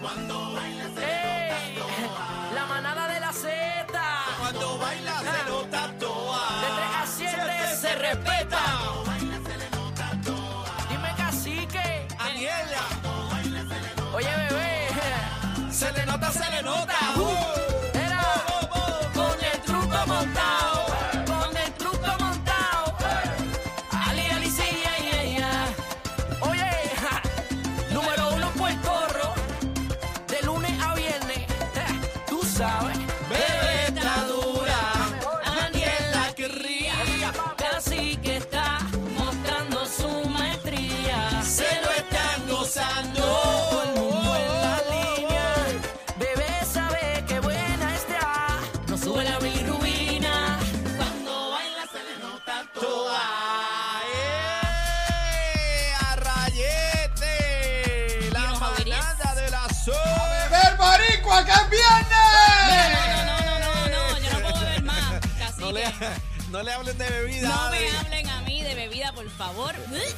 Cuando baila ¡Ey! La manada de la Z. De Cuando baila se nota toa. 3 a 7 se respeta. Dime cacique. Aniela, Oye, bebé. se le nota, se le nota. Uh. Era con el truco montado. Con el truco montado. Ali, ali, sí, ay, ay, ay. Oye, ja, número uno Puerto Rico. De lunes a viernes. ja, Tú sabes. Bebé está dura. Aniela que ría. Casi que está mostrando su maestría. Se lo están gozando. línea. Bebé sabe que buena está. No sube la bilirrubina. Cuando baila se le nota toda. ¡Eh! ¡A rayete! La Dinos, Javier. manada de la ¡A zona. beber boricua, que es viernes! No, no, no, no, yo no puedo beber más. Cacique. No le, no le hablen de bebida. No me dale. hablen a mí de bebida, por favor. Eh,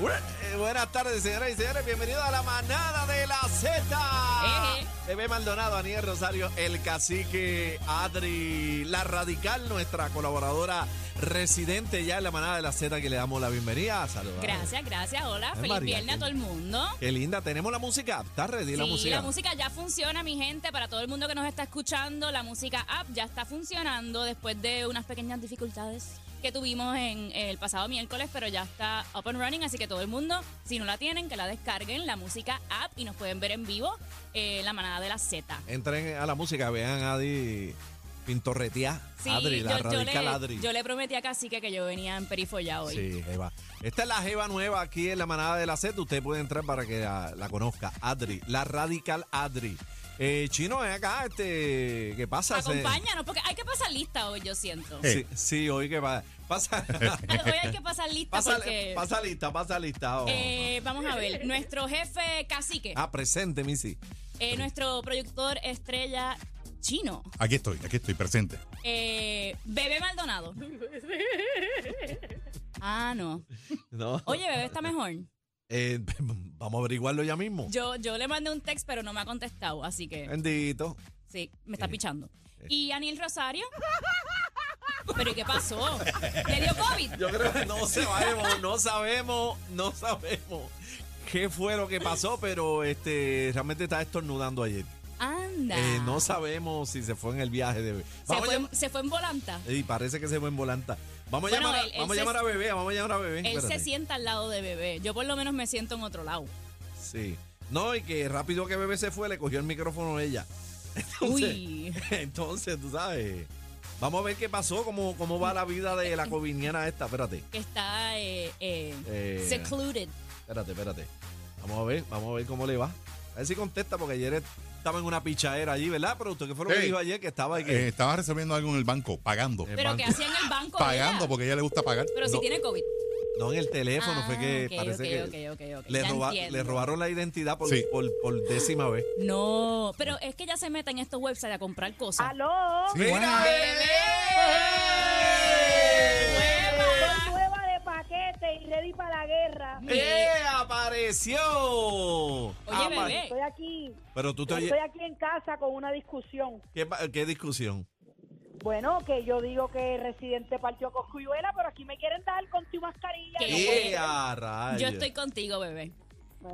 Eh, Buenas tardes, señoras y señores. Bienvenidos a la manada de la Z. Eje. Bebé Maldonado, Aniel Rosario, el cacique, Adri, la radical, nuestra colaboradora residente ya en la manada de la Z, que le damos la bienvenida. Saludos. Gracias, gracias. Hola, Es feliz mariachi. viernes a todo el mundo. Qué linda. Tenemos la música. Está ready la sí, música. la música ya funciona, mi gente. Para todo el mundo que nos está escuchando, la música app ya está funcionando después de unas pequeñas dificultades que tuvimos en el pasado miércoles, pero ya está up and running. Así que todo el mundo, si no la tienen, que la descarguen, la música app, y nos pueden ver en vivo eh, la manada de la Z. Entren a la música, vean a Adi Pintorretea. Sí, Adri, la yo, yo radical le, Adri. yo le prometí a Cacique que yo venía en perifolla hoy. Sí, jeva. Esta es la Jeva nueva aquí en la manada de la Z. Usted puede entrar para que la, la conozca. Adri, la radical Adri. Eh, chino, ven acá, este. ¿Qué pasa? Se- Acompáñanos, porque hay que pasar lista hoy, yo siento. Sí, sí, hoy que va. Pasa, Hoy hay que pasar lista pasa, porque... pasa lista, pasa lista. oh. eh, vamos a ver, nuestro jefe cacique, Ah, presente, Missy. eh, nuestro productor estrella chino, Aquí estoy, aquí estoy, presente. eh, Bebé Maldonado. Ah, no. No. Oye, Bebé está mejor. Eh, vamos a averiguarlo ya mismo. Yo, yo le mandé un text, pero no me ha contestado, así que Bendito. sí, me está pichando. ¿Y Aniel Rosario? ¿Pero y qué pasó? ¿Le dio COVID? Yo creo que no sabemos, no sabemos, no sabemos qué fue lo que pasó, pero este realmente está estornudando ayer. Anda. Eh, no sabemos si se fue en el viaje de. se, Vamos a Eh, fue, llam- se fue en volanta. Y parece que se fue en volanta. Vamos a Bueno, llamar, a- él- él vamos a se- llamar a bebé, vamos a llamar a bebé. Él se Espérate. sienta al lado de bebé. Yo por lo menos me siento en otro lado. Sí. No, y que rápido que bebé se fue, le cogió el micrófono ella. Uy. Entonces, tú sabes. Vamos a ver qué pasó, cómo, cómo va la vida de la coviniana esta. Espérate. Que está eh, eh, Eh. secluded. Espérate, espérate. Vamos a ver, vamos a ver cómo le va. A ver si contesta, porque ayer estaba en una pichadera allí, ¿verdad? Pero usted qué fue lo que Sí. dijo ayer, que estaba ahí. Eh, Que... estaba recibiendo algo en el banco, pagando. Eh, Pero que banco. hacía en el banco. pagando, ¿verdad? porque a ella le gusta pagar. Pero si No. tiene COVID. No en el teléfono, Ah, fue que ok, parece ok, que ok, ok, ok. Le, Ya roba- entiendo. le robaron la identidad por, Sí. por, por décima vez. No, pero es que ya se meten en estos websites a comprar Ah, cosas. ¡Aló! Sí, buena. ¡Hueva! Nueva de paquete y ready para la guerra. ¡Eh! ¡Apareció! Oye, Oye, bebé. Estoy aquí, Pero tú te oyes. estoy aquí en casa con una discusión. ¿Qué, pa- qué discusión? Bueno, que yo digo que residente partió con Cuyuela, pero aquí me quieren dar con tu mascarilla. ¿Qué? No ¡Eh! puedo. a rayos! Yo estoy contigo, bebé.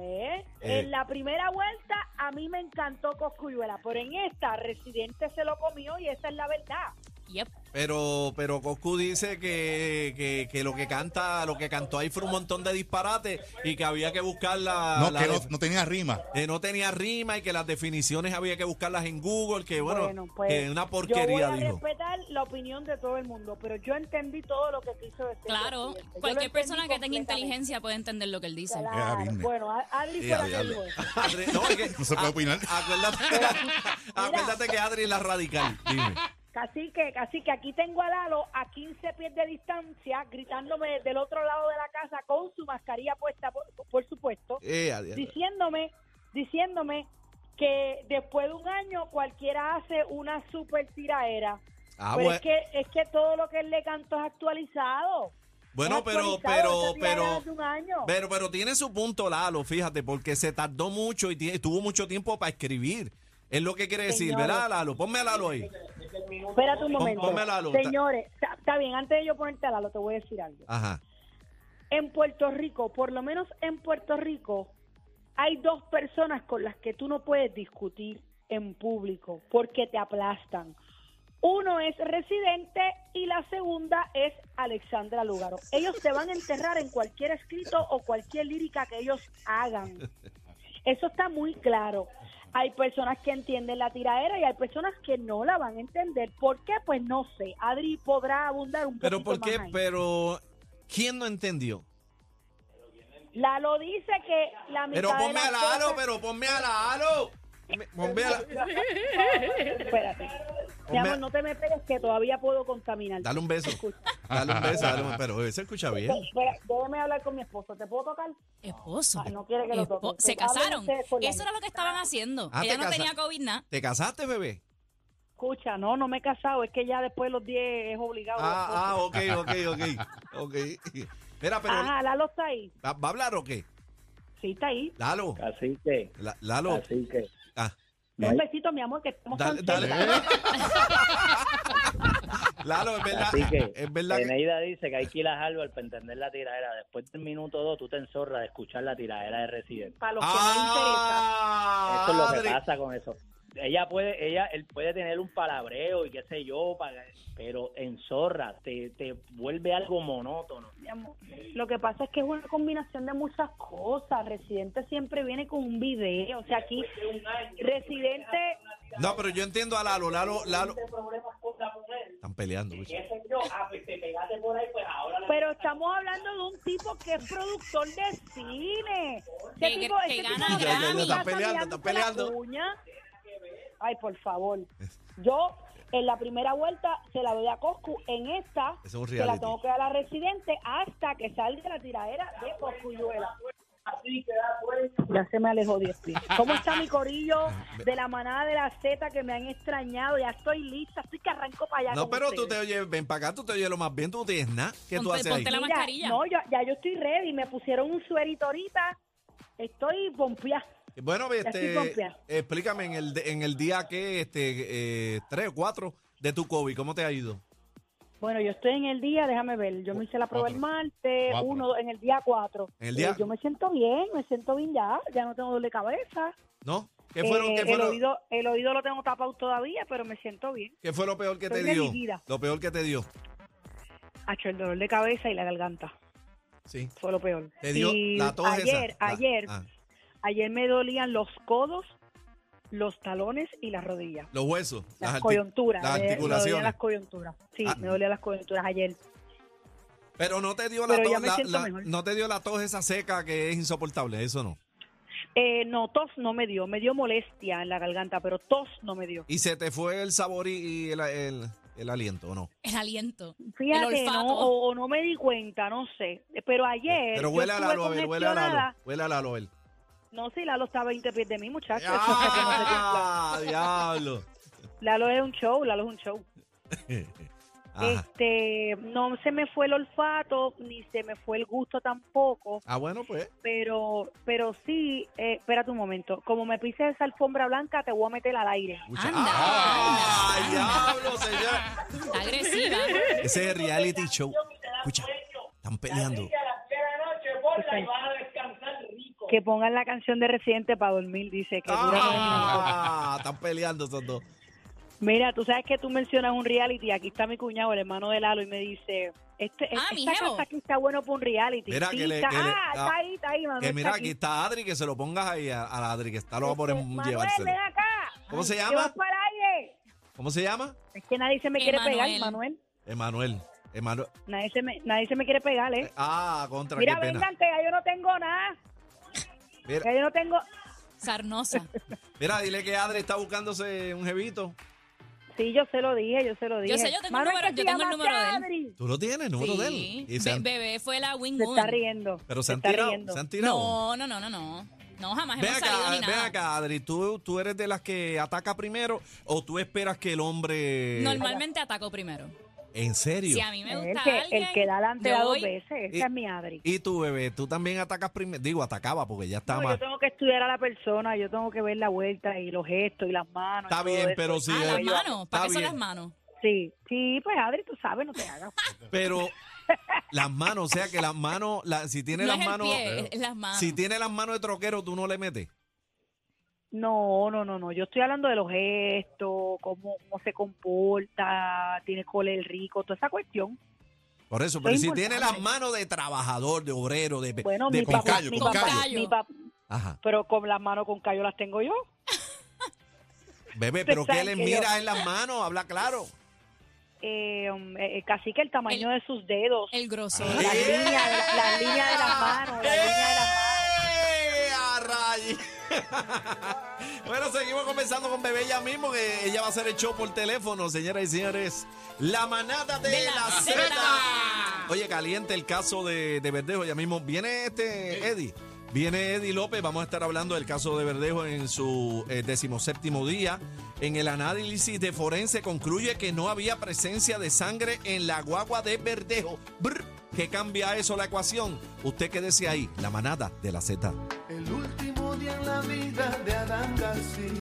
¿Eh? Eh. En la primera vuelta a mí me encantó Coscuyuela, pero en esta Residente se lo comió y esa es la verdad. Yep. Pero, pero Coscu dice que, que, que lo que canta, lo que cantó ahí fue un montón de disparates y que había que buscar la. No, la que no, def- no tenía rima. que no tenía rima y que las definiciones había que buscarlas en Google, que bueno, que una pues, yo voy porquería, a dijo. respetar la opinión de todo el mundo, pero yo entendí todo lo que quiso decir. Claro, Residente. Yo lo cualquier entendí persona que tenga completamente. inteligencia puede entender lo que él dice. Ah, Claro. dime. Bueno, a- Adri Sí, fue la Adri, que Adri. dijo eso. Adri, no, es que- No se puede opinar. Acuérdate, acuérdate que Adri es la radical. Dime. Casi que, casi que aquí tengo a Lalo a 15 pies de distancia, gritándome del otro lado de la casa con su mascarilla puesta, por, por supuesto, Eh, Adri, diciéndome, diciéndome que después de un año cualquiera hace una super tiraera. ah, Pero bueno. es que, es que todo lo que él le cantó es actualizado. Bueno, No pero, actualizado, pero, esa tiara pero, hace un año. pero, pero tiene su punto Lalo, fíjate, porque se tardó mucho y tie- tuvo mucho tiempo para escribir. Es lo que quiere decir, Señores. ¿verdad, Lalo? Ponme a Lalo ahí. Espérate un momento. ponme a Lalo. Señores, está- está bien, antes de yo ponerte a Lalo, te voy a decir algo. Ajá. En Puerto Rico, por lo menos en Puerto Rico, hay dos personas con las que tú no puedes discutir en público porque te aplastan. Uno es residente y la segunda es Alexandra Lúgaro. Ellos te van a enterrar en cualquier escrito o cualquier lírica que ellos hagan. Eso está muy claro. Hay personas que entienden la tiraera y hay personas que no la van a entender. ¿Por qué? Pues no sé. Adri podrá abundar un Pero, poquito ¿por qué? más ahí. Pero, ¿quién no entendió? Lalo dice que la mitad Pero de ponme las a Lalo, cosas- pero ponme a Lalo. Me- Ponme a la- Espérate. Mi amor, no te me pegues que todavía puedo contaminar. Dale un beso. Escucha. Dale un beso, dale un- pero eh, se escucha bien. Espera, déjame hablar con mi esposo. ¿Te puedo tocar? Esposo. Ah, no quiere que lo toque. Se Hablen casaron. ustedes con la Eso era lo que estaban haciendo. Ah, Ella te no casa- tenía COVID nada. ¿Te casaste, bebé? Escucha, no, no me he casado. Es que ya después de los 10 es obligado. Ah, ah, Esposo. ok, ok, ok. Ok. Mira, pero, Ajá, Lalo está ahí. ¿va va a hablar o qué? Sí, está ahí. Lalo, Así que, la- Lalo. así que, Ah, no Un hay- besito, mi amor, que estamos dale, tan cerca. ¿Eh? dale. Lalo, es verdad. así que, Es verdad que- Eneida dice que hay que ir a Harvard para entender la tiradera. Después del minuto 2, tú te enzorras de escuchar la tiradera de Residente. Para los que Ah, Eso es lo que Adri. pasa con eso. Ella puede, ella, él puede tener un palabreo y qué sé yo, para- pero enzorra, te, te vuelve algo monótono. no interesa, mi amor. Lo que pasa es que es una combinación de muchas cosas. Residente siempre viene con un video. O sea, aquí, Residente... No, pero yo entiendo a Lalo, Lalo, Lalo. Están peleando, bicho. Pero estamos hablando de un tipo que es productor de cine. Que- Ese tipo, que ese gana tipo no Grammy. se la Está peleando, mirándose está peleando. la uña. Ay, por favor. Yo en la primera vuelta se la doy a Coscu. En esta Es un se la reality. tengo que dar a Residente hasta que salga la tiradera de Coscuyuela. Ya se me alejó 10 pies. ¿Cómo está mi corillo de la manada de la Z que me han extrañado? Ya estoy lista, estoy que arranco para allá. No, con pero tú ustedes. te oyes, ven para acá, tú te oyes lo más bien, tú no tienes nada. ¿Qué tú Ponte- haces ahí? ponte la- Mira, mascarilla. No, yo- ya yo estoy ready. Me pusieron un suerito ahorita. Estoy pompeada. Bueno, estoy este, pompeada. explícame en el, de- en el día que, este, eh, tres o cuatro de tu COVID, ¿cómo te ha ido? Bueno, yo estoy en el día, déjame ver. Yo me hice la prueba el Cuatro. martes, Cuatro. uno dos, en el día cuatro. En el día- Eh, yo me siento bien, me siento bien ya. Ya no tengo dolor de cabeza. ¿No? ¿Qué fueron, Eh, qué el, fueron- oído, el oído lo tengo tapado todavía, pero me siento bien. qué fue lo peor que te estoy dio? decidida. Lo peor que te dio. Hacho, el dolor de cabeza y la garganta. Sí. Fue lo peor. Te dio Y la tos ayer, esa. La- ayer, ah, ayer me dolían los codos, los talones y las rodillas. los huesos. las, arti- coyunturas. las me- Me dolían articulaciones. las coyunturas. Sí, Ah. me dolían las coyunturas ayer. Pero no te dio la Pero ya tos, me la- siento la- mejor. no te dio la tos esa seca que es insoportable, eso no. Eh, no, tos no me dio. Me dio molestia en la garganta, pero tos no me dio. Y se te fue el sabor y, y el, el- el aliento, ¿o no? El aliento. Fíjate, olfato. no, o, o no me di cuenta, no sé. Eh, Pero ayer. Pero yo huele a estuve Lalo, Abel, huele a Lalo, congestionada. huele a Lalo, Abel. No, sí, Lalo está a 20 pies de mí, muchacho. Eso fue que no se cumple. ¡Ah, diablo! Lalo es un show, Lalo es un show. Ajá. Este, no se me fue el olfato, ni se me fue el gusto tampoco. Ah, bueno, pues. pero pero sí, eh, espérate un momento, como me pise esa alfombra blanca, te voy a meter al aire. Mucha- Anda, ¡Ah, anda, diablo, señor! Está agresiva. Ese es reality show. Escucha, están peleando. Que pongan la canción de Residente para dormir, dice que dura como una hora. ¡Ah! Están peleando esos dos. Mira, tú sabes que tú mencionas un reality, aquí está mi cuñado, el hermano de Lalo, y me dice, este, Ah, mi esta jevo. casa aquí está bueno para un reality. Mira Sí, que le- está, que le- ah, ah, está ahí, está ahí, Manuel. Que mira, está aquí está Adri, que se lo pongas ahí a, a la Adri, que está lo va a poner Este, Manuel, llevárselo. ven acá. ¿Cómo se Te llama? vas para el aire. ¿Cómo se llama? Es que nadie se me quiere Emanuel. pegar, Manuel. Emanuel. Emanuel. Nadie se me, nadie se me quiere pegar, ¿eh? Ah, contra, Mira, qué pena. vengan, que ya yo no tengo nada. Mira, Ya yo no tengo. Sarnosa. mira, dile que Adri está buscándose un jevito. Sí, yo se lo dije, yo se lo dije. Yo sé, yo tengo el Manuel, número- ¿qué yo se tengo el llama número de él. Adri? Tú lo tienes, número de él. Sí. Y se han- Be- bebé fue la wing Se está riendo. pero se han está tirado. riendo. Se han tirado. No, no, no, no, no. No, jamás Ven hemos salido acá, ni ven nada. acá, Adri, ¿tú, ¿tú eres de las que ataca primero o tú esperas que el hombre... Normalmente ataco primero. ¿En serio? Si a mí me El gusta que, alguien, el que da adelante yo da voy- dos veces, esa Y- es mi Adri. Y tu bebé, tú también atacas primero. Digo, atacaba porque ya está No, mal. yo tengo que estudiar a la persona, yo tengo que ver la vuelta y los gestos y las manos. y Está todo bien, eso. pero si- Ah, las eh, Está manos. ¿Para qué son bien. las manos? Sí, sí, pues Adri, tú sabes, no te hagas. Pero las manos, o sea que las manos, la- si tiene No las es el manos. eh. pie, es las manos. Si tiene las manos de troquero, tú no le metes. No, no, no, no. Yo estoy hablando de los gestos, cómo, cómo se comporta, tiene cole el rico, toda esa cuestión. Por eso, pero si importante. tiene las manos de trabajador, de obrero, de. Bueno, de mi con papá, callo, mi con papá, callo. mi papá, Ajá. pero con las manos con callo las tengo yo. Bebé, Ustedes pero ¿qué saben le que yo- miras en las manos? Habla claro. Eh, um, eh, casi que el tamaño El- de sus dedos, Ah. El grosor. las líneas, de la- las líneas de las manos, las líneas de las manos. ¡Eh, a rayos! Bueno, seguimos conversando con Bebé ya mismo, que ella va a hacer el show por teléfono, señoras y señores. La manada de, De la la, Z. Zeta. Oye, caliente el caso de, de Verdejo. Ya mismo viene este Eddie. Viene Eddie López. Vamos a estar hablando del caso de Verdejo en su eh, decimoséptimo día. En el análisis de forense concluye que no había presencia de sangre en la guagua de Verdejo. Brr, ¿Qué cambia eso la ecuación? Usted quédese ahí. La manada de la Z. El último día en la vida de Adán García.